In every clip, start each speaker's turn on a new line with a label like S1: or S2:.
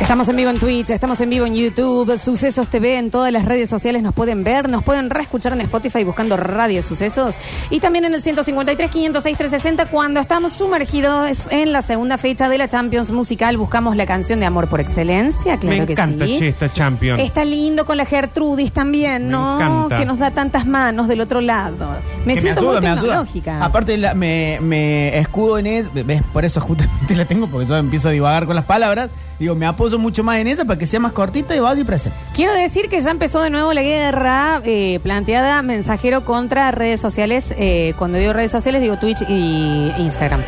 S1: Estamos en vivo en Twitch, estamos en vivo en YouTube, Sucesos TV, en todas las redes sociales nos pueden ver, nos pueden reescuchar en Spotify buscando Radio Sucesos y también en el 153 506 360 cuando estamos sumergidos en la segunda fecha de la Champions Musical buscamos la canción de amor por excelencia, claro
S2: Me
S1: que
S2: encanta,
S1: sí.
S2: che, esta Champions.
S1: Está lindo con la Gertrudis también,
S2: Me
S1: ¿no?
S2: encanta.
S1: Que nos da tantas manos del otro lado. Me
S3: Que
S1: siento
S3: ayuda,
S1: muy
S3: me ayuda.
S1: tecnológica.
S3: Aparte, la- me, me escudo en eso. ¿Ves? Por eso justamente la tengo, porque yo empiezo a divagar con las palabras. Digo, me apoyo mucho más en esa para que sea más cortita y vaya y presente.
S1: Quiero decir que ya empezó de nuevo la guerra eh, planteada mensajero contra redes sociales. Eh, cuando digo redes sociales, digo Twitch y Instagram.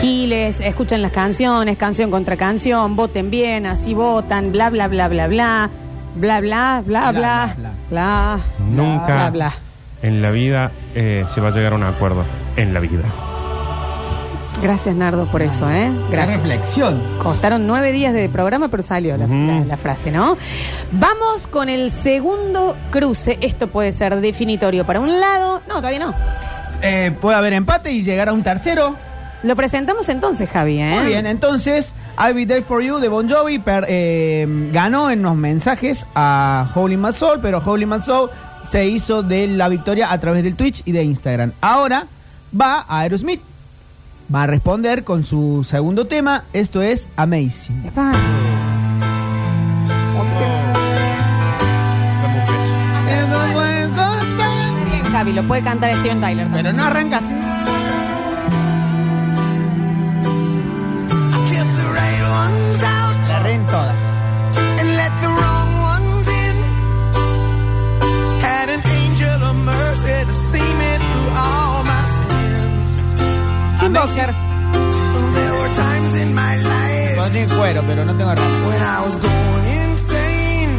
S1: Giles, escuchen las canciones, canción contra canción, voten bien, así votan, bla, bla, bla, bla, bla, bla, bla, bla, bla,
S3: Bla, bla, bla.
S1: bla.
S2: Nunca
S1: Bla, bla.
S2: en la vida eh, se va a llegar a un acuerdo. En la vida.
S1: Gracias, Nardo, por eso, ¿eh?
S3: La
S1: Gracias.
S3: reflexión.
S1: Costaron nueve días de programa, pero salió la,
S2: Ujú.
S1: la- la frase, ¿no? Vamos con el segundo cruce. Esto puede ser definitorio para un lado. No, todavía no.
S3: Eh, puede haber empate y llegar a un tercero.
S1: Lo presentamos entonces, Javi, ¿eh?
S3: Muy bien, entonces, I'll Be There For You de Bon Jovi per- eh, ganó en los mensajes a Holy Mad Soul, pero Holy Mad Soul se hizo de la victoria a través del Twitch y de Instagram. Ahora va a Aerosmith. Va a responder con su segundo tema, esto es Amazing.
S1: Epa. Muy bien, Javi, lo puede cantar Steven Tyler. también.
S3: Pero no arrancas.
S4: I kept the right ones out
S3: La ren todas.
S4: and let the wrong ones in. Had an angel of mercy to see me through all my sins.
S1: Sin
S3: Amazing.
S1: boxer.
S4: There were times in my life
S3: Pondré en cuero, pero no tengo arranque.
S4: when I was going insane,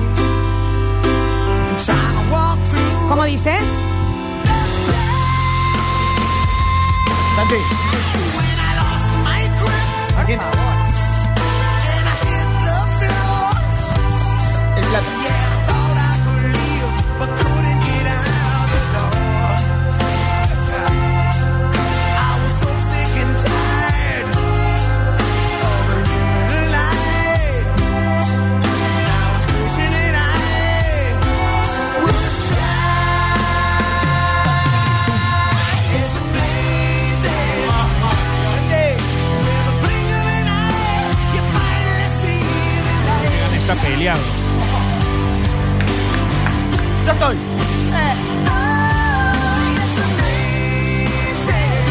S4: trying to walk through.
S1: ¿Cómo dice?
S3: Santi,
S4: When I lost my grip
S3: sienta.
S4: and I hit the floor,
S3: El plato.
S4: yeah, I thought I could leave, but couldn't get out this door. I was so sick and tired of living a lie. I was wishing that I would die. It's amazing. With a blink of an eye, you finally see the light.
S2: Está peleado.
S3: Ya estoy.
S4: Oh, it's amazing.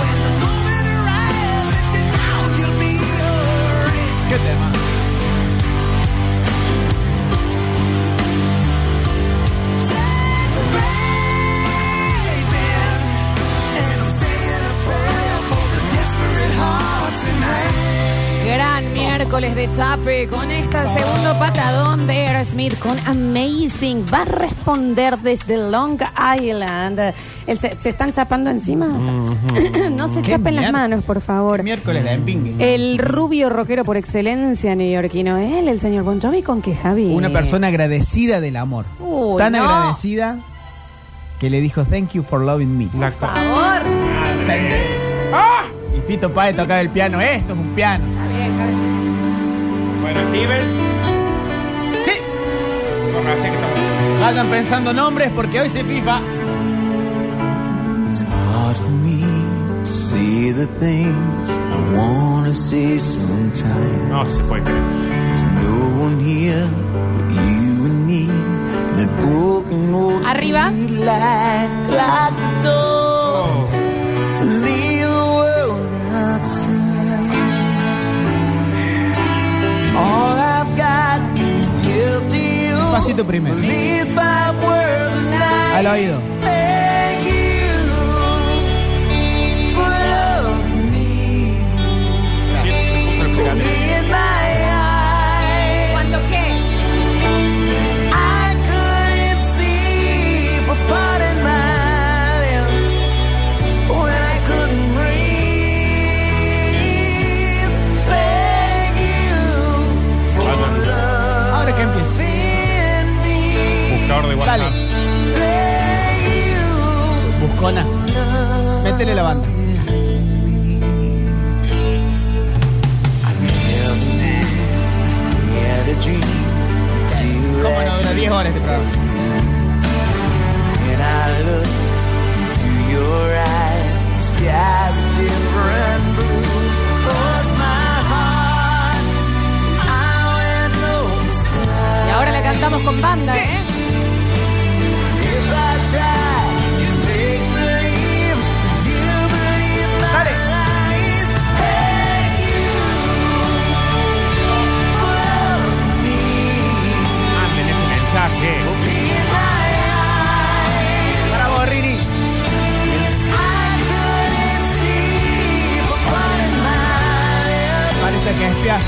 S4: When the moment arrives, it's you now you'll be alright.
S3: ¿Qué tema?
S4: It's amazing. And I'm saying a prayer for the desperate hearts tonight.
S1: Gran miércoles de Chape con este segundo patadón de Aerosmith con Amazing. Va a responder desde Long Island. El- se, se están chapando encima? no se
S3: Qué
S1: chapen las
S3: mier-
S1: manos, por favor.
S3: Miércoles de empingue.
S1: El rubio rockero por excelencia neoyorquino, él, el señor Bon Jovi, ¿con qué Javi?
S3: Una persona agradecida del amor.
S1: Eh. Uy,
S3: Tan
S1: no.
S3: agradecida que le dijo thank you for loving me.
S2: La
S1: Por
S2: co-
S1: favor.
S3: Sente.
S1: Ah.
S3: Y Pito Páez tocaba el piano. Esto es un piano.
S1: Está bien, Javi.
S2: Bueno, Steven,
S3: Sí.
S2: con razón que estamos-
S3: Vayan pensando nombres porque hoy se FIFA.
S4: It's hard for me to see the things I wanna see sometimes.
S2: No se puede creer.
S4: There's no one here but you and me. and That broken old
S1: Arriba.
S4: streetlight, lock the door.
S2: Oh,
S4: Leave the world outside. All I've got to give to you.
S3: Pasito primero.
S4: are These five words and I
S3: Al oído.
S4: thank you for loving me.
S2: se puso el
S4: Look
S2: pegante.
S4: in my eyes.
S1: ¿Cuándo qué?
S4: I couldn't see for part of my lips when I couldn't breathe. Thank you for
S2: Vaya.
S3: Ahora que empieza.
S4: loving me.
S2: Buscador de WhatsApp.
S3: Dale.
S4: Thank you
S3: Buscona. Métele la banda.
S4: I never knew
S3: ¿Cómo no dura 10 horas este programa?
S5: When I look into your eyes, the sky's a different blue. 'Cause my heart, I went over the sky.
S1: Y ahora la cantamos con banda, ¿eh?
S5: If I try, you make believe, you believe my
S3: Dale.
S5: lies. Thank you for loving me.
S2: Manden ese mensaje.
S3: Para vos, Rini. Parece que espías.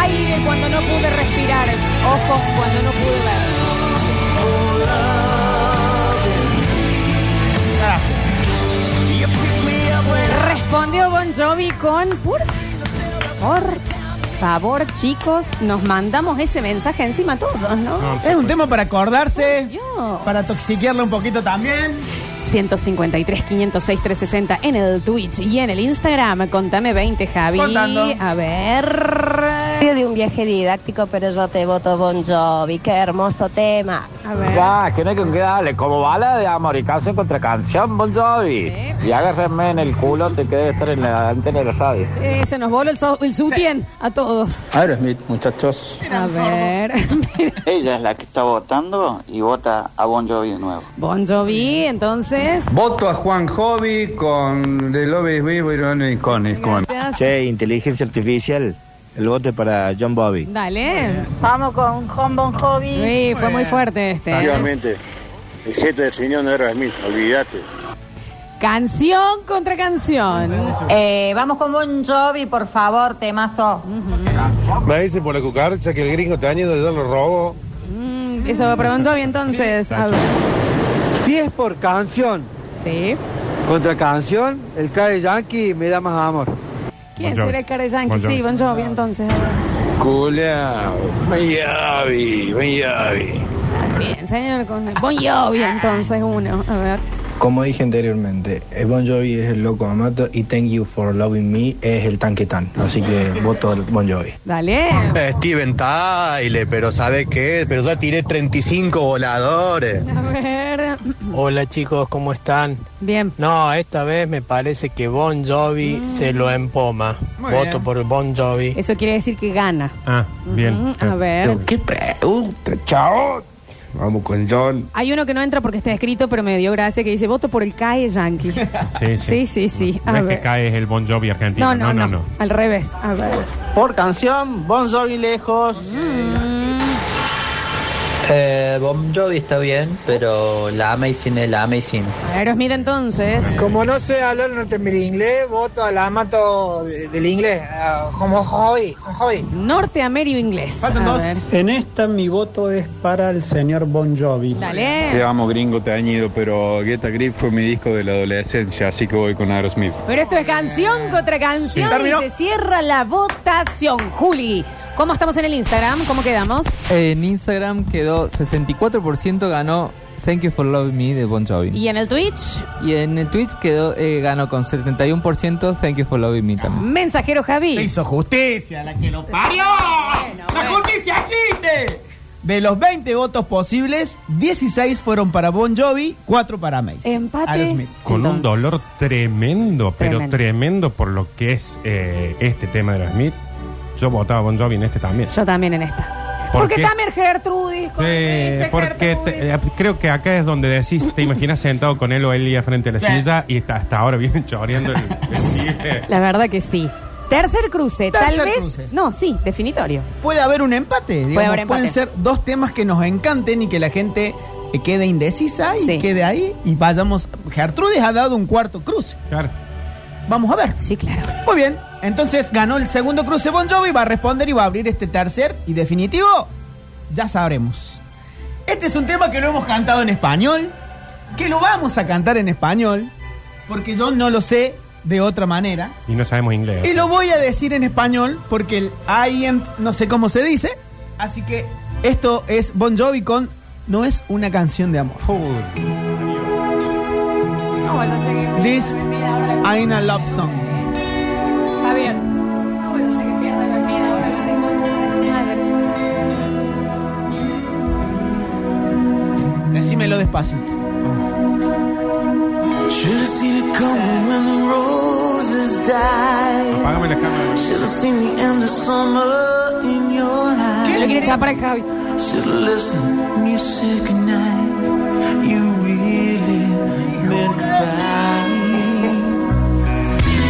S1: Aire cuando no pude respirar, ojos cuando no pude ver.
S3: Gracias.
S1: Respondió Bon Jovi con por favor, favor, chicos, nos mandamos ese mensaje encima todos, ¿no?
S2: No,
S3: Es un tema para acordarse,
S1: Por Dios.
S3: para toxiquearlo un poquito también.
S1: 153 506 360 en el Twitch y en el Instagram. Contame 20, Javi.
S3: Contando.
S1: A ver.
S6: de un viaje didáctico, pero yo te voto Bon Jovi. Qué hermoso tema.
S1: A ver.
S7: Ya, que no hay con qué darle. Como bala de amor y canción contra canción, Bon Jovi.
S1: Sí.
S7: Y agárrenme en el culo, te quedé estar en la antena de la radio.
S1: Sí, se nos voló el, so- el sutien a todos.
S8: Aerosmith, muchachos.
S1: A ver.
S9: Ella es la que está votando y vota a Bon Jovi de nuevo.
S1: Bon Jovi, entonces.
S8: Voto a Juan Hobby con The Love is Vivo y Ronnie y Connie. como-
S1: Gracias.
S10: Che, inteligencia artificial, el bote para John Bobby.
S1: Dale.
S11: Vamos con Home Bon Hobby.
S1: Sí, fue muy fuerte este.
S12: Efectivamente, el jefe de señor no era Smith, olvídate.
S1: Canción contra canción.
S11: Eh, vamos con Bon Jovi, por favor, temazo.
S12: Me dice por la cucaracha que el gringo te ha ido de los robo.
S1: Mm, eso va para Bon Jovi entonces. A ver.
S7: Si es por canción
S1: Sí.
S7: contra canción, el Calle Yankee me da más amor.
S1: ¿Quién
S2: Bon Jovi.
S1: será el cara de Yankee?
S2: Bon Jovi.
S1: Sí, Bon Jovi entonces. A ver. Bien, señor con Bon Jovi, entonces uno. A ver.
S8: Como dije anteriormente, eh, Bon Jovi es el loco amato y Thank You for Loving Me es el tanquetán. Así que voto al Bon Jovi.
S1: Dale.
S8: Eh, Steven Tyler, pero ¿sabe qué? Pero ya tiré 35 voladores.
S1: A ver.
S7: Hola chicos, ¿cómo están?
S1: Bien.
S7: No, esta vez me parece que Bon Jovi
S1: Mm.
S7: se lo empoma.
S3: Muy Voto bien.
S7: por Bon Jovi.
S1: Eso quiere decir que gana.
S2: Ah, bien.
S1: Ujú, A ver.
S8: ¿Qué pregunta, chao? Vamos con John.
S1: Hay uno que no entra porque está escrito, pero me dio gracia que dice voto por el CAE Yankee.
S2: Sí, sí.
S1: Sí, sí, sí.
S2: No
S1: A
S2: es que
S1: ver.
S2: cae el Bon Jovi argentino.
S1: No no no, Al revés. A ver.
S7: Por canción, Bon Jovi lejos.
S8: bon Jovi está bien, pero la Amazing es la Amazing.
S1: Aerosmith entonces.
S7: Como no sé hablar inglés, voto al amato del inglés, ah, como hobby, hobby.
S1: Norteamerio inglés.
S3: Faltan
S1: A
S3: dos.
S1: ver.
S7: En esta mi voto es para el señor Bon Jovi.
S8: Te
S1: Dale.
S8: amo, gringo teñido, pero Get a Grip fue mi disco de la adolescencia, así que voy con Aerosmith.
S1: Pero esto es canción contra canción
S3: Sí.
S1: y
S3: Terminó.
S1: se cierra la votación. Juli, ¿cómo estamos en el Instagram? ¿Cómo quedamos?
S8: En Instagram quedó 64% ganó Thank You for Love Me de Bon Jovi.
S1: Y en el Twitch,
S8: Y en Twitch quedó eh, ganó con 71% Thank You for Love Me también.
S1: mensajero Javi.
S3: Se hizo justicia, la que lo parió.
S1: Bueno,
S3: ¡La
S1: bueno.
S3: justicia existe! De los 20 votos posibles, 16 fueron para Bon Jovi, 4 para Mace.
S1: Empate.
S3: Aerosmith.
S2: Con un
S1: Entonces.
S2: dolor tremendo, pero
S1: Tremendo.
S2: tremendo, por lo que es eh, este tema de Smith. Yo votaba a Bon Jovi en este también.
S1: Yo también en esta.
S2: ¿Por
S1: porque
S2: qué?
S1: también Gertrudis. con este
S2: Eh,
S1: Mr.
S2: porque
S1: Gertrudis.
S2: te- eh, creo que acá es donde decís, te imaginas sentado con él o ella frente a la
S3: Sí.
S2: silla y hasta, hasta ahora vienen choreando el, el pie.
S1: La verdad que sí. Tercer cruce,
S3: Tercer
S1: tal vez.
S3: cruce.
S1: No, sí, definitorio.
S3: Puede haber un empate. digamos,
S1: haber empate.
S3: Pueden ser dos temas que nos encanten y que la gente eh, quede indecisa y
S1: Sí.
S3: quede ahí y vayamos. Gertrudis ha dado un cuarto cruce.
S2: Claro.
S3: Vamos a ver.
S1: Sí, claro.
S3: Muy bien, entonces ganó el segundo cruce Bon Jovi, va a responder y va a abrir este tercer y definitivo. Ya sabremos. Este es un tema que lo hemos cantado en español, que lo vamos a cantar en español, porque yo no lo sé de otra manera.
S2: Y no sabemos inglés.
S3: Y lo voy a decir en español porque el I am- no sé cómo se dice, así que esto es Bon Jovi con No es una canción de amor.
S1: No, ya sé que.
S3: This ain't a love song.
S1: Javier. No, ya sé que pierdo la vida ahora.
S3: Decímelo despacito.
S4: Should've seen it coming when the roses died.
S2: Apágame la cámara.
S4: Should've seen the end of summer in your eyes.
S1: ¿Qué le Ah, quiere echar para el Javi?
S4: Should've listened when you said goodnight. You really meant goodbye.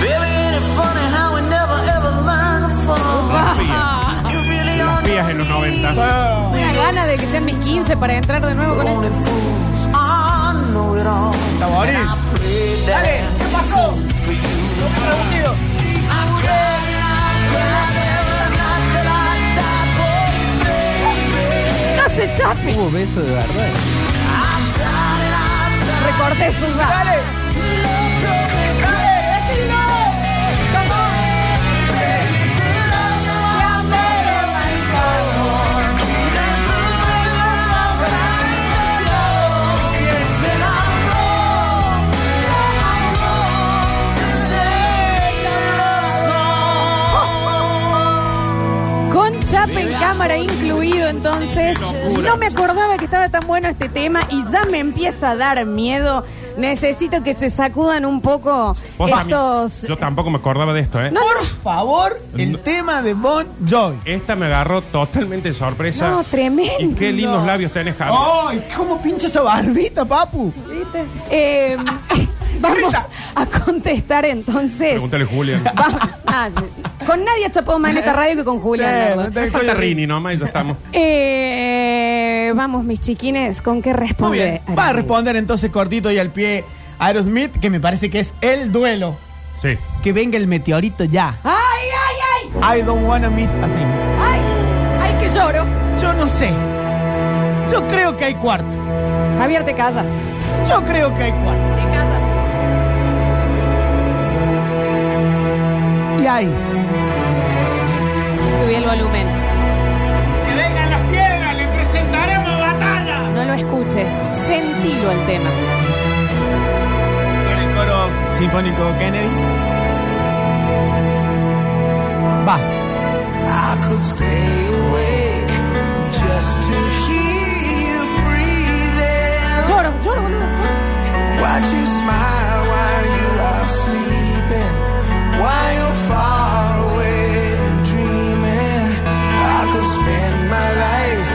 S4: Baby, ain't it funny how we never ever learn to fall? You really
S2: Las
S4: are
S2: pías en los 90.
S4: the
S1: Una gana de que sean mis 15 para entrar de nuevo con
S5: Oh.
S1: él.
S4: only fools. I know it all. And I pray that
S3: Dale, ¿qué pasó?
S4: for you.
S3: Traducido.
S1: No se chape.
S3: Hubo beso de verdad.
S1: Recorté su ya.
S3: Dale.
S1: Con chape en cámara incluido, entonces. No me acordaba que estaba tan bueno este tema y ya me empieza a dar miedo. Necesito que se sacudan un poco
S2: Vos también.
S1: estos.
S2: Yo tampoco me acordaba de esto, ¿eh?
S1: No,
S3: Por favor, el
S2: No.
S3: tema de Bon Jovi.
S2: Esta me agarró totalmente de sorpresa.
S1: No, tremendo. Oh.
S2: Y qué lindos labios tenés, Javi.
S3: ¡Ay! ¿Cómo pincha esa barbita, papu?
S1: Eh, vamos a contestar entonces.
S2: Pregúntale a Julián.
S1: Vamos- ah, con nadie chapó más en esta radio que con Julián. gordo.
S2: Me falta Rini nomás y ya estamos.
S1: Eh, vamos, mis chiquines, ¿con qué
S3: Muy
S1: responde?
S3: bien. Va a
S1: Araceli?
S3: responder entonces cortito y al pie Aerosmith, que me parece que es el duelo.
S2: Sí.
S3: Que venga el meteorito ya.
S1: ¡Ay, ay, ay!
S3: I don't wanna miss a thing.
S1: ¡Ay! ¡Ay, que lloro!
S3: Yo no sé. Yo creo que hay cuarto.
S1: Javier, te callas.
S3: Yo creo que hay cuarto.
S1: Te callas.
S3: Y hay.
S1: Subí el volumen.
S3: ¡Que vengan las piedras! ¡Le presentaremos batalla!
S1: No lo escuches. Sentilo el tema.
S3: Con el coro sinfónico Kennedy. Va.
S4: I could stay awake just to hear you breathing.
S1: Lloro, lloro, boludo. lloro.
S4: Watch you smile while you are sleeping, while you're far away and dreaming. I could spend my life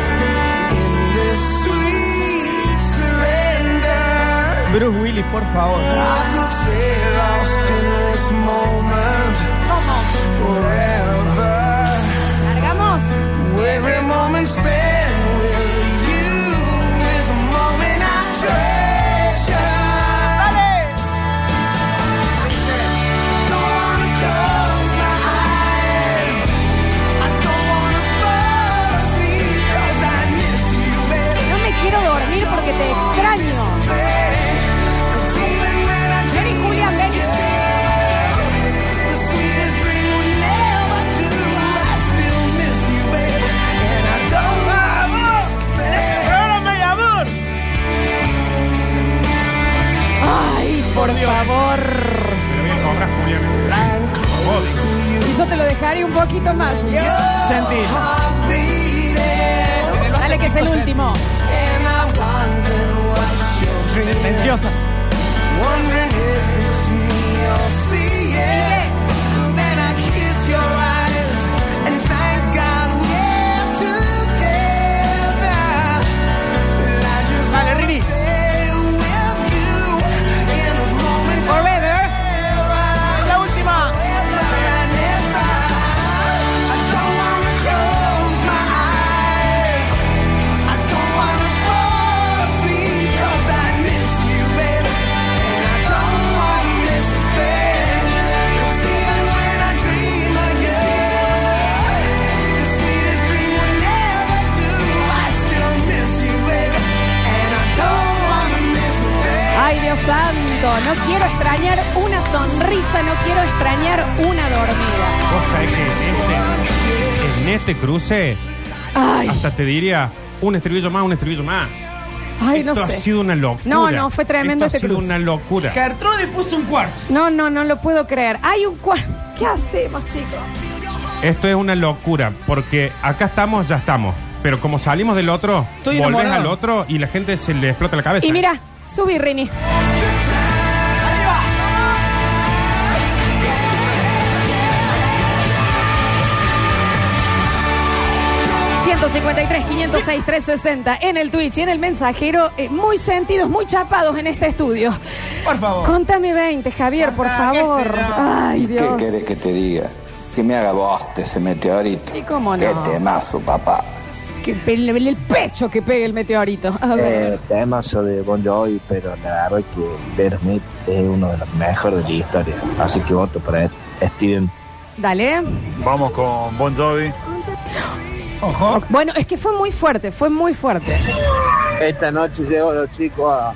S4: in this sweet surrender.
S3: Bruce Willis, por favor.
S4: I could stay lost in this moment forever.
S1: Largamos.
S4: Every moment spent with you is a moment I treasure. Don't wanna close my eyes. I don't wanna fall asleep 'cause I miss you, baby,
S1: No me quiero dormir porque te extraño.
S4: baby. 'Cause even when I
S1: Vení,
S4: dream of
S1: Julián, vení.
S4: you, the sweetest dream will never do. I still miss you, baby, and I don't wanna miss you, baby.
S1: Ay, por favor.
S2: Me voy a cobrar, Julián. Vos,
S1: Y yo te lo dejaré un poquito más. ¿vio?
S3: Sentí.
S1: Dale, que es el último.
S3: Silenciosa.
S1: Sigue.
S3: Dale, Rini.
S1: Forever.
S3: ¿eh? La última.
S1: Ay, Dios santo. No quiero extrañar una sonrisa. No quiero extrañar una dormida.
S2: vos sabés que en este, en este cruce,
S1: Ay,
S2: hasta te diría un estribillo más, un estribillo más.
S1: ay, no
S2: Esto ha
S1: sé.
S2: sido una locura.
S1: No, no, fue tremendo
S2: Esto
S1: este
S2: ha sido
S1: cruce.
S2: una locura.
S3: Gertrude puso un cuarto.
S1: No, no, no lo puedo creer. Hay un cuarto. ¿Qué hacemos, chicos?
S2: Esto es una locura, porque acá estamos, ya estamos. Pero como salimos del otro,
S1: Estoy
S2: volvés
S1: enamorado.
S2: al otro y la gente se le explota la cabeza.
S1: Y mira, subí, Rini. ...153, 506, 360... ...en el Twitch y en el mensajero... eh, ...muy sentidos, muy chapados en este estudio. Por
S3: Oh.
S1: favor. Contame 20, Javier, por favor. Ay,
S13: ¿Y qué
S1: Dios.
S13: querés que te diga? Que me haga boste ese meteorito.
S1: ¿Y cómo no?
S13: Qué temazo, papá.
S1: Que pe- el, el pecho que pegue el meteorito. A ver.
S14: Eh, temazo de Bon Jovi, pero la verdad que Aerosmith es uno de los mejores de la historia. Así que voto para él. Steven.
S1: Dale.
S14: Vamos con Bon Jovi.
S3: Ojo.
S1: Bueno, es que fue muy fuerte, fue muy fuerte.
S15: Esta noche llevo a los chicos a,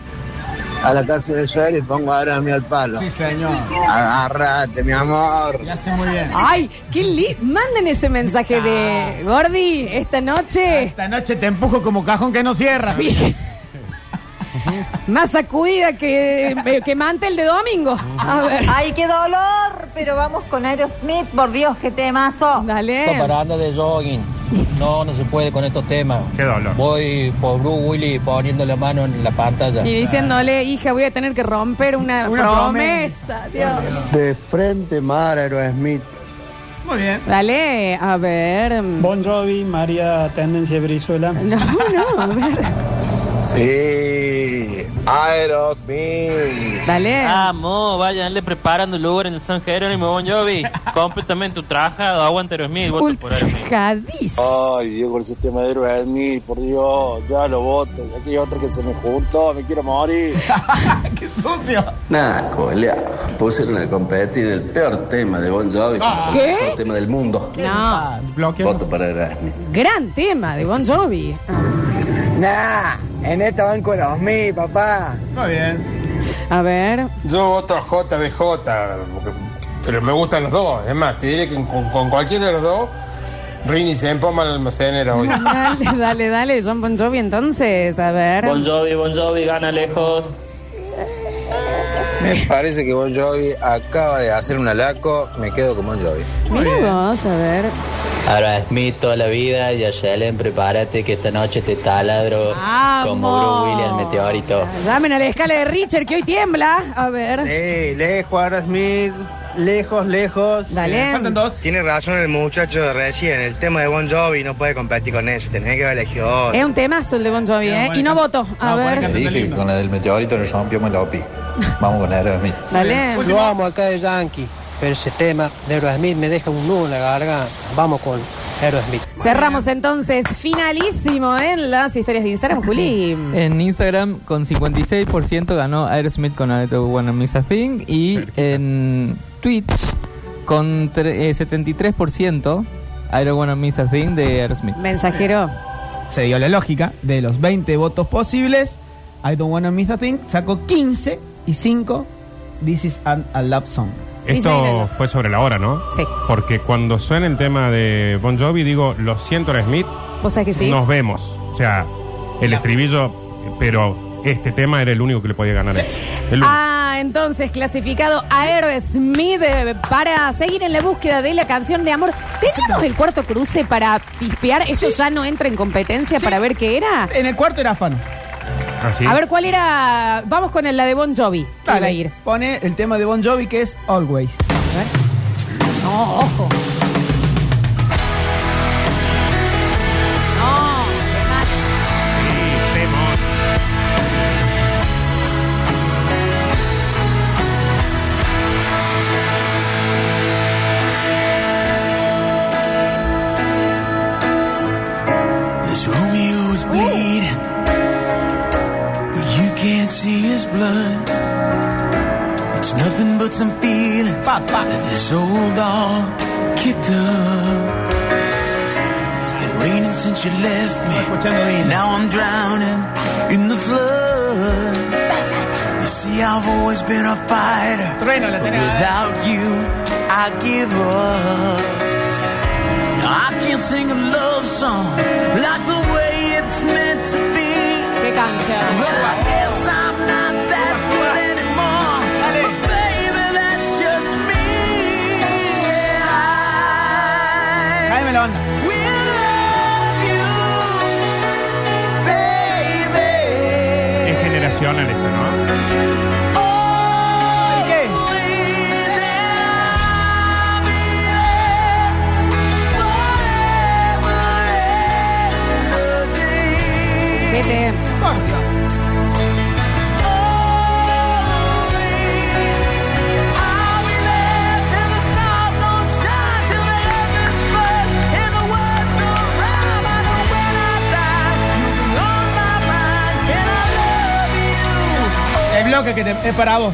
S15: a la casa de suelo y pongo a mí al palo.
S3: Sí, señor.
S15: Agárrate, mi amor.
S3: Ya hace muy bien.
S1: Ay, qué lindo. Manden ese mensaje de Gordi, esta noche.
S3: Esta noche te empujo como cajón que no cierra.
S1: Más sacudida que, eh, que mantel de domingo. A ver.
S6: Ay, qué dolor, pero vamos con Aerosmith, por Dios, qué temazo.
S16: Para
S6: Dale.
S16: andar de jogging. No, no se puede con estos temas.
S2: Qué dolor.
S16: Voy por Bruce Willy poniendo la mano en la pantalla.
S1: Y diciéndole, hija, voy a tener que romper una,
S16: Una
S1: promesa. Dios.
S15: De frente, Mar Aerosmith.
S3: Muy bien.
S1: Dale, a ver.
S17: Bon Jovi, María Tendencia Brizuela.
S1: No, no, a ver.
S18: Sí, Aerosmith.
S1: Dale.
S19: Ah, Vamos, vayanle preparando el lugar en el San Jerónimo, Bon Jovi. Completamente ultrajado, aguanta Aerosmith, voto por Aerosmith.
S18: Ay, yo con ese tema de Aerosmith, por Dios, ya lo voto. Aquí hay otro que se me juntó, me quiero morir.
S3: ¡Qué sucio!
S7: Nada, colea. ah, Pusieron a competir el peor tema de Bon Jovi.
S1: Ah.
S7: con
S1: ¿Qué?
S7: El peor tema del mundo.
S1: No.
S7: Voto para Erasmus.
S1: Gran tema de Bon Jovi.
S20: Nah, en esta van con los mí, papá.
S3: Muy bien.
S1: A ver.
S21: Yo voto a JBJ, porque- pero me gustan los dos. Es más, te diré que con, con cualquiera de los dos, Rini se empoma el almacenero hoy.
S1: Dale, dale, dale, John Bon Jovi entonces, a ver.
S19: Bon Jovi, Bon Jovi, gana lejos.
S16: Me parece que Bon Jovi acaba de hacer un halaco. Me quedo con Bon Jovi.
S1: Mira vos, a ver.
S16: Aerosmith toda la vida y a Shelen, prepárate que esta noche te taladro
S1: Vamos.
S16: como Bruce Willy al meteorito.
S1: Llamen a la escala de Richard que hoy tiembla. A ver.
S14: Sí, lejos Aerosmith. Lejos, lejos.
S1: Dale. Faltan
S14: dos. Tiene razón el muchacho de recién. El tema de Bon Jovi no puede competir con ese. Tenés que elegir otro.
S1: Es un temazo el de Bon Jovi, ¿eh? Y no voto. A ver.
S14: Te dije que con la del meteorito nos rompimos la OPI. Vamos con Aerosmith.
S1: Dale.
S22: Lo amo acá de Yankee, pero ese tema de Aerosmith me deja un nudo en la garganta. Vamos con Aerosmith.
S1: Cerramos entonces, finalísimo en las historias de Instagram, Juli.
S5: En Instagram con 56% ganó Aerosmith con I Don't Wanna Miss a Thing y en Twitch con tre- eh, 73% I Don't Wanna Miss a Thing de Aerosmith.
S1: Mensajero.
S3: Se dio la lógica. De los 20 votos posibles, I don't wanna miss a thing sacó 15 y 5. This is an, a love song.
S2: Esto fue sobre la hora, ¿no?
S1: Sí.
S2: Porque cuando suena el tema de Bon Jovi, digo, lo siento, Aerosmith.
S1: ¿Vos sabés que sí?
S2: Nos vemos. O sea, el estribillo, pero este tema era el único que le podía ganar a ese. El único.
S1: Ah, entonces clasificado Aerosmith eh, para seguir en la búsqueda de la canción de amor. ¿Teníamos el cuarto cruce para pispear? ¿Eso ya no entra en competencia para ver qué era?
S3: En el cuarto era fan.
S2: Así.
S1: A ver, ¿cuál era? Vamos con el- la de Bon Jovi. que iba a ir.
S3: Pone el tema de Bon Jovi que es Always.
S1: No, ojo. No, qué mal.
S8: This Romeo's bleeding, but you can't see his blood. It's nothing but some feelings that this old dog kicked up. It's been raining since you left me. Now I'm drowning in the flood. You see, I've always been a fighter, but without you, I give up. Now I can't sing a love song like the way it's meant to be. Well, I guess I'm not that good anymore. But baby, that's just me. Yeah, I will love you.
S2: tradicional esto, ¿no?
S8: Oh,
S1: ¿Qué te?
S3: El bloque que te- es para vos.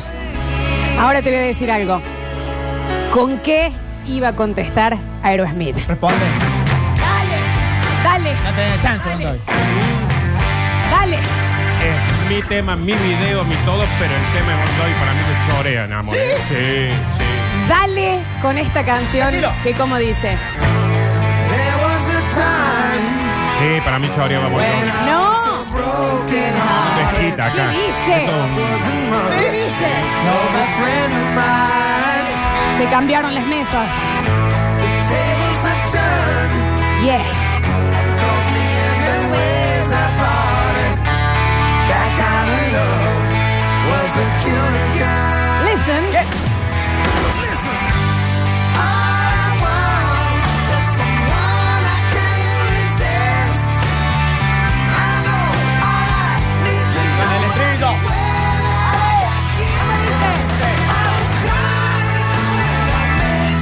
S1: Ahora te voy a decir algo. ¿Con qué iba a contestar Aerosmith?
S3: Responde.
S1: Dale,
S3: No tenés chance, Bon Jovi.
S1: dale.
S2: Es mi tema, mi video, mi todo, pero el tema de Bon Jovi para mí se chorea, mi amor. ¿eh? Sí, sí.
S1: Dale con esta canción que como dice.
S2: Sí, para mí chorea Bon Jovi.
S1: No.
S2: Pesquita acá.
S1: ¿Qué
S2: Es todo un-
S1: dice? ¿Qué dice? Se cambiaron las mesas. Yeah. Listen.
S4: El estribillo.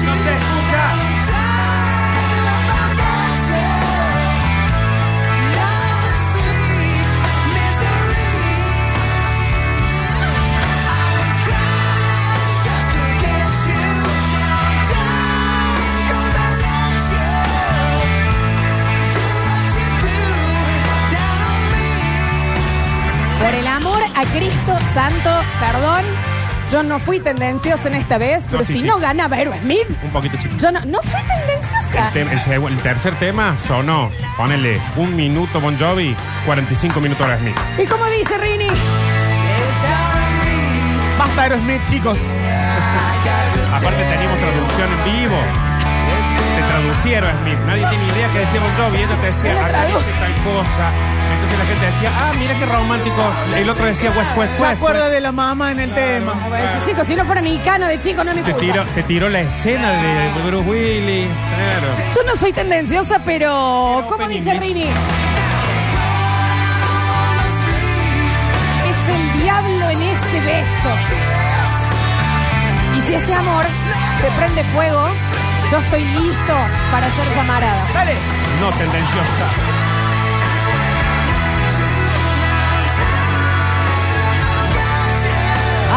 S4: No se escucha.
S1: Por el amor a Cristo Santo, perdón. Yo no fui tendenciosa en esta vez, pero
S2: sí,
S1: si
S2: sí.
S1: no ganaba Aero Smith,
S2: Un poquito sí.
S1: yo no, no fui tendenciosa.
S2: El, tem- el seg- el tercer tema sonó, ponele, un minuto Bon Jovi, 45 minutos ahora Smith.
S1: ¿Y cómo dice Rini?
S3: Basta Aerosmith, chicos.
S2: Aparte teníamos traducción en vivo. Te traducieron Smith. Nadie tiene idea que decía Bon Jovi. Ellos te decían, acá dice tal cosa. Entonces la gente decía, ah, mira qué romántico. El otro decía, West, West,
S3: Se
S2: West.
S3: acuerda de la mamá en el tema.
S1: Chicos, si no fuera mexicana de chico, no me
S2: Te
S1: culpa.
S2: tiró, te tiró la escena de de Bruce Willis. Claro.
S1: Yo no soy tendenciosa, pero ¿cómo dice Rini? Es el diablo en ese beso. Y si este amor se prende fuego, yo estoy listo para ser camarada. Dale.
S2: No tendenciosa.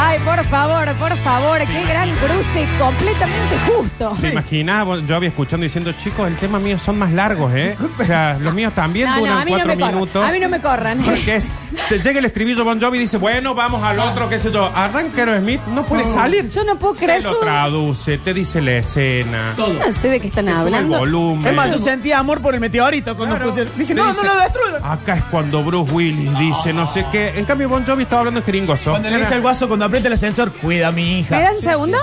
S1: Ay, por favor, por favor, qué gran cruce completamente justo.
S2: ¿Te imaginás Bon Jovi escuchando diciendo, chicos, el tema mío son más largos, eh? O sea, los míos también
S1: No, no, a
S2: duran
S1: mí no
S2: cuatro
S1: me corran.
S2: minutos.
S1: A mí no me corran.
S2: Porque es, te llega el estribillo Bon Jovi y dice, bueno, vamos al otro, qué sé yo. Arranquero Smith no puede salir.
S1: Yo no puedo
S2: Te
S1: creer
S2: lo
S1: su-
S2: traduce, te dice la escena.
S1: Yo no sé de qué están
S2: Te sube el
S1: hablando.
S2: volumen.
S3: Es más, yo sentía amor por el meteorito cuando puse. Dije,
S2: Te
S3: no,
S2: dice,
S3: no lo destruyan.
S2: Acá es cuando Bruce Willis dice no sé qué. En cambio, Bon Jovi estaba hablando jeringoso.
S3: Cuando le dice al guaso cuando aprieta el ascensor, cuida a mi hija.
S1: ¿Me das un segundo?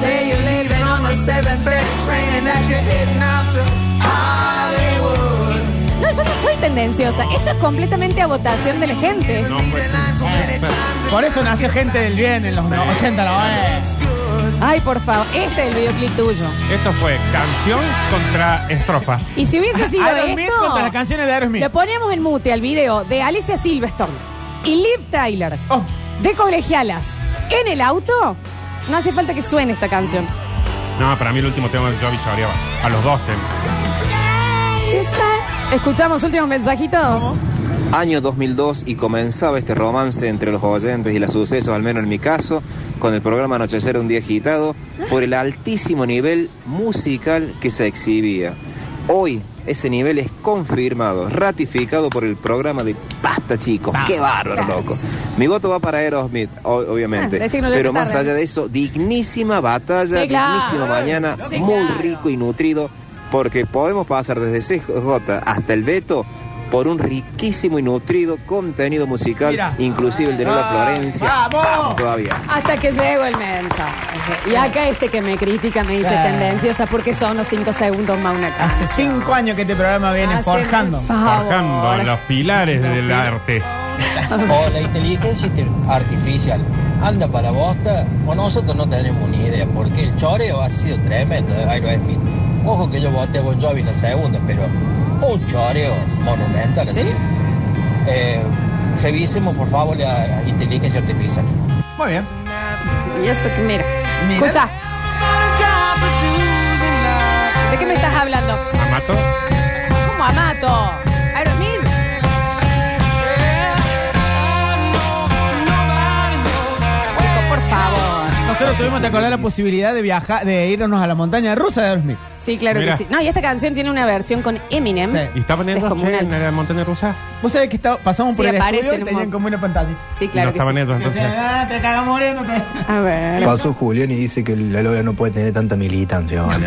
S4: Say you're leaving on the 7:30 train and that you're heading out to Hollywood.
S1: No, yo no soy tendenciosa. Esto es completamente a votación de la gente.
S2: No, pues,
S3: Por eso nació gente del bien en los 80, la
S1: Ay, por favor, este es el videoclip tuyo.
S2: Esto fue canción contra estrofa.
S1: Y si
S3: Ah,
S1: hubiese sido
S3: Aerosmith
S1: esto,
S3: contra las canciones de Aerosmith.
S1: le ponemos en mute al video de Alicia Silverstone y Liv Tyler
S3: Oh,
S1: de Colegialas en el auto. No hace falta que suene esta canción.
S2: No, para mí el último tema de Jovi choreaba. A los dos temas.
S1: Escuchamos últimos mensajitos.
S8: Año 2002 y comenzaba este romance entre los oyentes y los sucesos, al menos en mi caso, con el programa Anochecer un día agitado, por el altísimo nivel musical que se exhibía. Hoy ese nivel es confirmado, ratificado por el programa de Pasta Chicos. ¡Qué bárbaro, loco! Mi voto va para Aerosmith, o- obviamente.
S1: Ah, decí que no le
S8: Pero
S1: voy a
S8: más
S1: tarde.
S8: allá de eso, dignísima batalla,
S1: Sí, claro.
S8: dignísima mañana,
S1: Sí,
S8: muy
S1: claro.
S8: rico y nutrido, porque podemos pasar desde CJ hasta el Beto por un riquísimo y nutrido contenido musical, inclusive el de
S3: Ah.
S8: Lola Florencia.
S1: ¡Vamos!
S8: Todavía.
S1: Hasta que llegó el mensaje. Y acá este que me critica me dice
S3: Claro.
S1: tendenciosa porque son los cinco segundos más una casa.
S3: Hace cinco años que este programa viene
S1: Haceme el
S3: forjando.
S2: Forjando los pilares del arte.
S23: O Oh, la inteligencia arti- artificial anda para bosta, o nosotros no tenemos ni idea, porque el choreo ha sido tremendo de Aerosmith. Ojo que yo voté Bon Jovi en la segunda, pero un choreo monumental así. Eh, revisemos por favor la inteligencia artificial.
S3: Muy bien.
S1: Y eso que mira. Escucha. ¿De qué me estás hablando?
S2: ¿Amato?
S1: ¿Cómo Amato? Aerosmith. Chico, por favor.
S3: Nosotros tuvimos que acordar la posibilidad de viajar, de irnos a la montaña rusa de Aerosmith.
S1: Sí, claro
S3: Mira.
S1: que sí. No, y esta canción tiene una versión con Eminem.
S2: ¿Y estaban ellos che,
S1: Descomunal.
S2: en la montaña rusa?
S3: Vos sabés que está- pasamos
S1: Sí,
S3: por el
S1: aparece
S3: estudio
S1: en
S3: y
S1: un
S3: tenían
S1: mo-
S3: como una pantallita.
S1: Sí, claro
S2: No
S1: que
S2: estaban
S1: sí.
S2: ellos entonces.
S3: Ah, te cagas muriéndote.
S1: A ver.
S24: Pasó Julián y dice que la Lola no puede tener tanta militancia, ¿vale?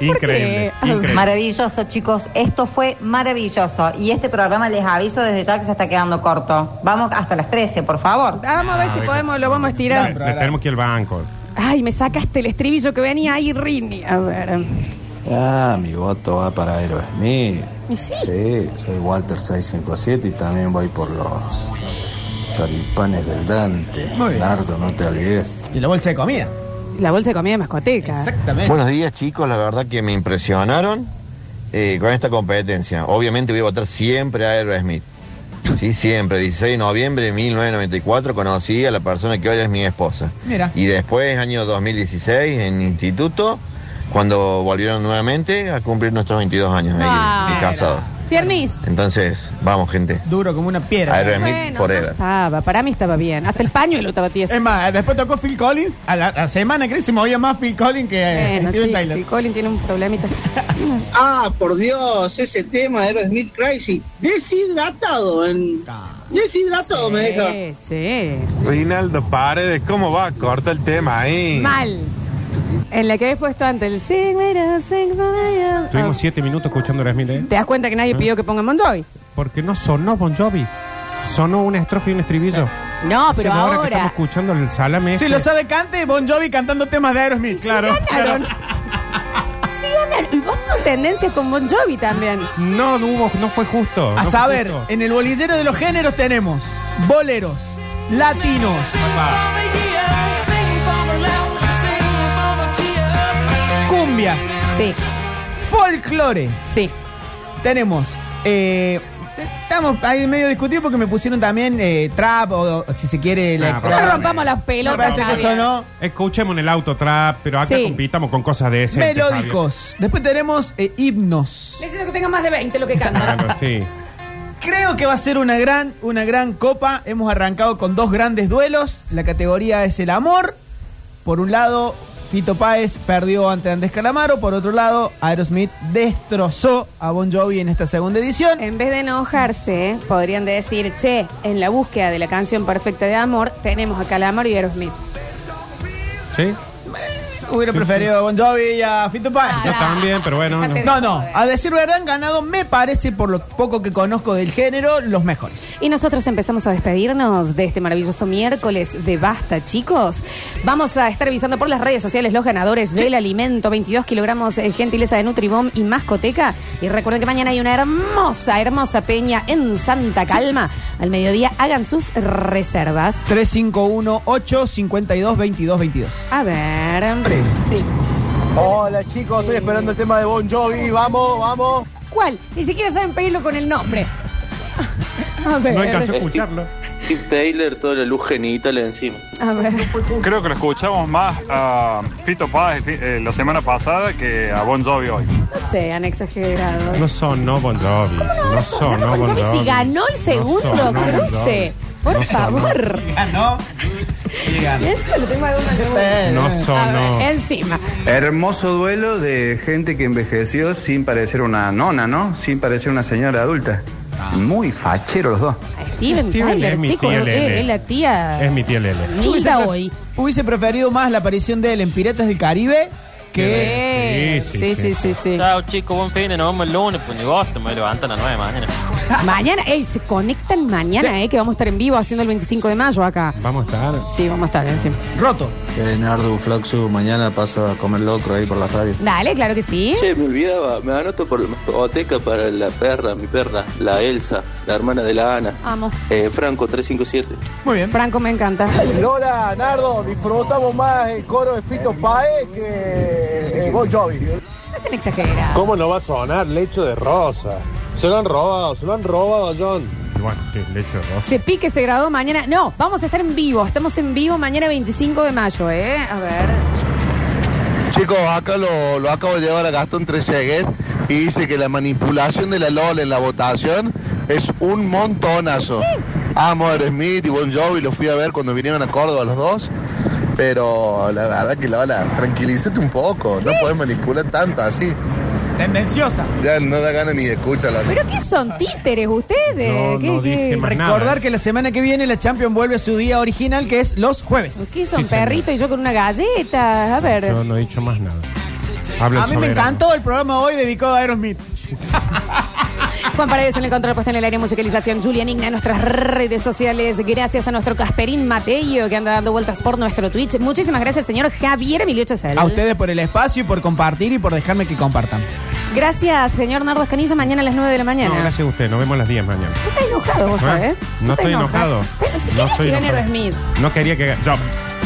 S2: Increíble, increíble.
S6: Maravilloso, chicos. Esto fue maravilloso. Y este programa les aviso desde ya que se está quedando corto. Vamos hasta las 13, por favor.
S1: Vamos a ver
S2: Ah,
S1: si
S2: bueno.
S1: podemos, lo vamos a
S2: Le,
S1: estirar.
S2: le tenemos que ir al banco.
S1: Ay, me sacaste el estribillo que venía ahí, Rini. A ver.
S25: Ah, mi voto va para Aerosmith.
S1: ¿Y sí?
S25: Sí, soy Walter 657 y también voy por los choripanes del Dante.
S3: Muy bien.
S25: Nardo, no te olvides.
S3: Y la bolsa de comida.
S1: La bolsa de comida de mascoteca.
S3: Exactamente.
S26: Buenos días chicos, la verdad que me impresionaron eh, con esta competencia. Obviamente voy a votar siempre a Aerosmith. Sí, siempre. 16 de noviembre de 1994 conocí a la persona que hoy es mi esposa.
S3: Mira.
S26: Y después, año 2016, en instituto, cuando volvieron nuevamente a cumplir nuestros 22 años
S1: Ah.
S26: ahí, de casados.
S1: Tiernis.
S26: Entonces, vamos gente.
S3: Duro como una piedra.
S26: Aerosmith
S1: Bueno, no
S26: forever.
S1: estaba, para mí estaba bien. Hasta el pañuelo estaba tieso.
S3: Es más, después tocó Phil Collins. A la, a la semana creo que se movía más Phil Collins que eh,
S1: Bueno,
S3: Steven
S1: sí,
S3: Tyler.
S1: el Colin tiene un problemita.
S27: Ah, por Dios, ese tema de Aerosmith Crazy. Deshidratado. En... Deshidratado me deja.
S1: Sí,
S28: Rinaldo Paredes, ¿cómo va? Corta el tema
S1: sí.
S28: ahí.
S1: Mal. En la que habéis puesto antes el Sing Me Down, Sing Me Down.
S2: Estuvimos siete minutos escuchando a Aerosmith, ¿eh?
S1: ¿Te das cuenta que nadie
S2: ¿Eh?
S1: pidió que pongan Bon Jovi?
S2: Porque no sonó Bon Jovi. Sonó una estrofa y un estribillo.
S1: No,
S2: Hace
S1: pero
S2: una hora que
S1: ahora.
S2: estamos escuchando el salame.
S3: Si
S2: este.
S3: lo sabe cante, Bon Jovi cantando temas de Aerosmith. Claro.
S1: Ganaron. Sí, ganaron. Y vos con tendencia con Bon Jovi también.
S2: No, no hubo, no fue justo. no
S3: A
S2: fue
S3: saber,
S2: justo.
S3: en el bolillero de los géneros tenemos boleros, latinos, cumbias,
S1: sí.
S3: folclore.
S1: Sí.
S3: Tenemos. eh, Estamos ahí medio discutidos porque me pusieron también eh, trap o, o si se quiere
S2: Ah,
S3: electro.
S2: pero-
S1: No rompamos las pelotas,
S3: Me parece que
S1: Javier.
S3: sonó
S2: Escuchemos en el auto trap, pero acá
S1: Sí.
S2: compitamos con cosas de ese. este
S3: melódicos. Después tenemos eh, himnos.
S1: Necesito que tenga más de 20 lo que canta.
S2: sí.
S3: Creo que va a ser una gran, una gran copa. Hemos arrancado con dos grandes duelos. La categoría es el amor. Por un lado, Fito Páez perdió ante Andrés Calamaro. Por otro lado, Aerosmith destrozó a Bon Jovi en esta segunda edición.
S1: En vez de enojarse, podrían decir, che, en la búsqueda de la canción perfecta de amor, tenemos a Calamaro y Aerosmith.
S2: Sí.
S3: Hubiera preferido a Bon Jovi y a Fito Páez.
S2: Yo también, pero bueno. no.
S3: No, no. A decir verdad, han ganado, me parece, por lo poco que conozco del género, los mejores.
S1: Y nosotros empezamos a despedirnos de este maravilloso miércoles de Basta, chicos. Vamos a estar avisando por las redes sociales los ganadores del alimento, 22 kilogramos eh, gentileza de Nutribom y Mascoteca. Y recuerden que mañana hay una hermosa, hermosa peña en Santa Calma. Al mediodía hagan sus reservas.
S3: 351 852 2222
S1: A ver. Sí.
S29: Hola chicos, estoy esperando el tema de Bon Jovi, vamos, vamos.
S1: ¿Cuál? Ni siquiera saben pedirlo con el nombre. A ver.
S30: Steve Taylor, toda la luz genital encima.
S1: A ver.
S31: Creo que lo escuchamos más a Fito Paz el fi- eh, la semana pasada que a Bon Jovi hoy.
S1: No sé, han exagerado.
S2: No sonó Bon Jovi. No sonó
S1: Con
S2: Bon
S1: Chávez
S2: Jovi.
S1: si ganó el segundo
S2: sonó Bon
S1: cruce. Por favor.
S3: Ganó.
S1: Y eso que lo tengo de una-
S32: No
S1: A ver,
S32: sonó.
S1: Encima.
S32: Hermoso duelo de gente que envejeció sin parecer una nona, ¿no? Sin parecer una señora adulta.
S33: Ah.
S32: Muy fachero los dos.
S1: Steven
S32: Steven
S1: Tyler,
S32: es mi
S1: chicos.
S32: tía
S1: Es
S32: Lele.
S1: es la tía.
S32: Es mi
S2: tía Lele.
S1: Linda hoy.
S3: Hubiese preferido más la aparición de él en Piratas del Caribe
S1: que. Sí, sí, sí, sí.
S33: Chao, chicos, buen fin. Nos vemos el lunes, pues ni vos, me levantan a las 9 de la mañana.
S1: Mañana, ey, se conectan mañana, eh, que vamos a estar en vivo haciendo el 25 de mayo acá.
S2: Vamos a estar.
S1: Sí, vamos a estar, encima.
S3: Roto.
S25: Eh, Nardu, Flaxu, mañana paso a comer locro ahí por la radio.
S1: Dale, claro que sí.
S30: Che, me olvidaba, me anoto por la oteca para la perra, mi perra, la Elsa, la hermana de la Ana.
S1: Vamos.
S30: Eh, Franco 357.
S1: Muy bien. Franco, me encanta.
S29: Lola, Nardo, disfrutamos más el coro de Fito Paez que eh, Bon Jovi.
S1: No sean exagerados.
S34: ¿Cómo no va a sonar lecho de rosa? Se lo han robado, se lo han robado, John.
S2: Bueno, sí, leche de rosa.
S1: Se pique, se graduó mañana. No, vamos a estar en vivo. Estamos en vivo mañana 25 de mayo, ¿eh? A ver.
S7: Chicos, acá lo, lo acabo de llevar a Gastón Treseguet y dice que la manipulación de la LOL en la votación es un montonazo. Amo a Smith y Bon Jovi, los fui a ver cuando vinieron a Córdoba los dos. Pero la verdad que Lola, tranquilízate un poco, no puedes manipular tanto así.
S3: Tendenciosa.
S7: Ya no da ganas ni de escucharla así.
S1: ¿Pero qué son títeres ustedes? ¿Qué, qué-
S3: Recordar que la semana que viene la Champions vuelve a su día original, que es los jueves.
S1: ¿Qué son
S2: Sí, señor.
S1: perrito y yo con una galleta? A ver.
S2: Yo no he dicho más nada. Habla
S3: A
S2: el
S3: mí me
S2: soberano.
S3: encantó el programa hoy dedicado a Aerosmith.
S1: Juan Paredes en el control puesto en el área de musicalización. Julian Igna, nuestras redes sociales. Gracias a nuestro Casperín Mateo que anda dando vueltas por nuestro Twitch. Muchísimas gracias, señor Javier Emilio Chesel.
S3: A ustedes por el espacio y por compartir y por dejarme que compartan.
S1: Gracias, señor Nardo Escanilla. Mañana a las 9 de la
S2: No,
S1: mañana.
S2: gracias a usted. Nos vemos a las 10 mañana.
S1: Tú estás enojado, vos
S2: ¿Eh?
S1: sabés. Tú
S2: No
S1: estás
S2: estoy enojado.
S1: Pero si
S2: No
S1: querías
S2: estoy
S1: que gane
S2: enojado.
S1: Aerosmith.
S2: No quería que yo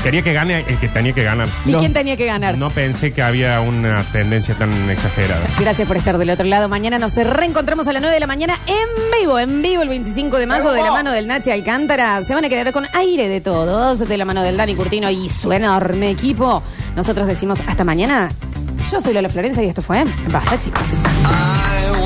S2: quería que gane el que tenía que ganar.
S1: ¿Y quién tenía que ganar?
S2: No pensé que había una tendencia tan exagerada.
S1: Gracias por estar del otro lado. Mañana nos reencontramos a las 9 de la mañana en vivo, en vivo el 25 de mayo de la mano del Nachi Alcántara. Se van a quedar con aire de todos, de la mano del Dani Curtino y su enorme equipo. Nosotros decimos hasta mañana. Yo soy Lola Florencia y esto fue Basta, chicos.
S4: I